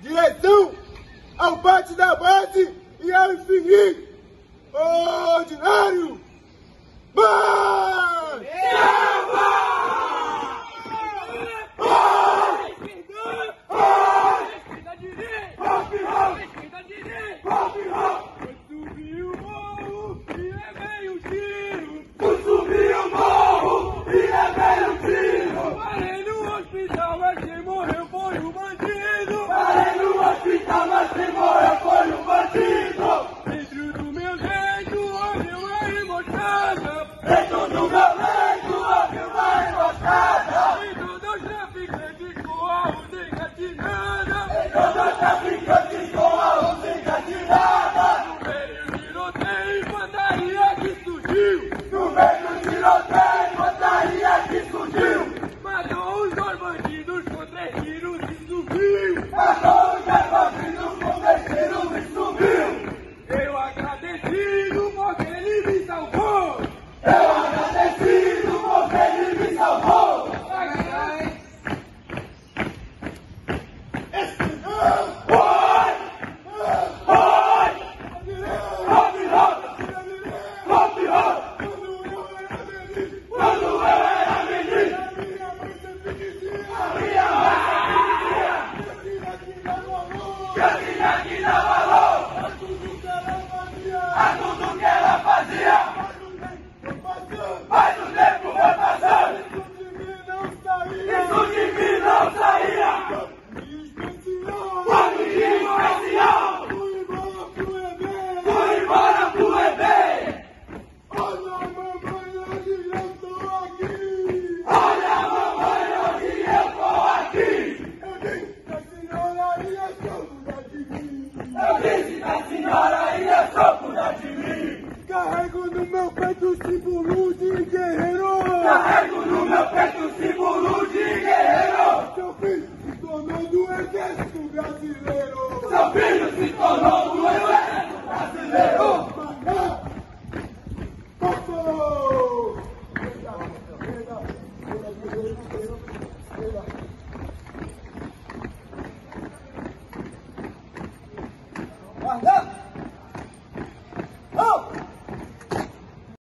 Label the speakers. Speaker 1: direção ao bate da base e ao infinito ordinário. Mas... Selva! um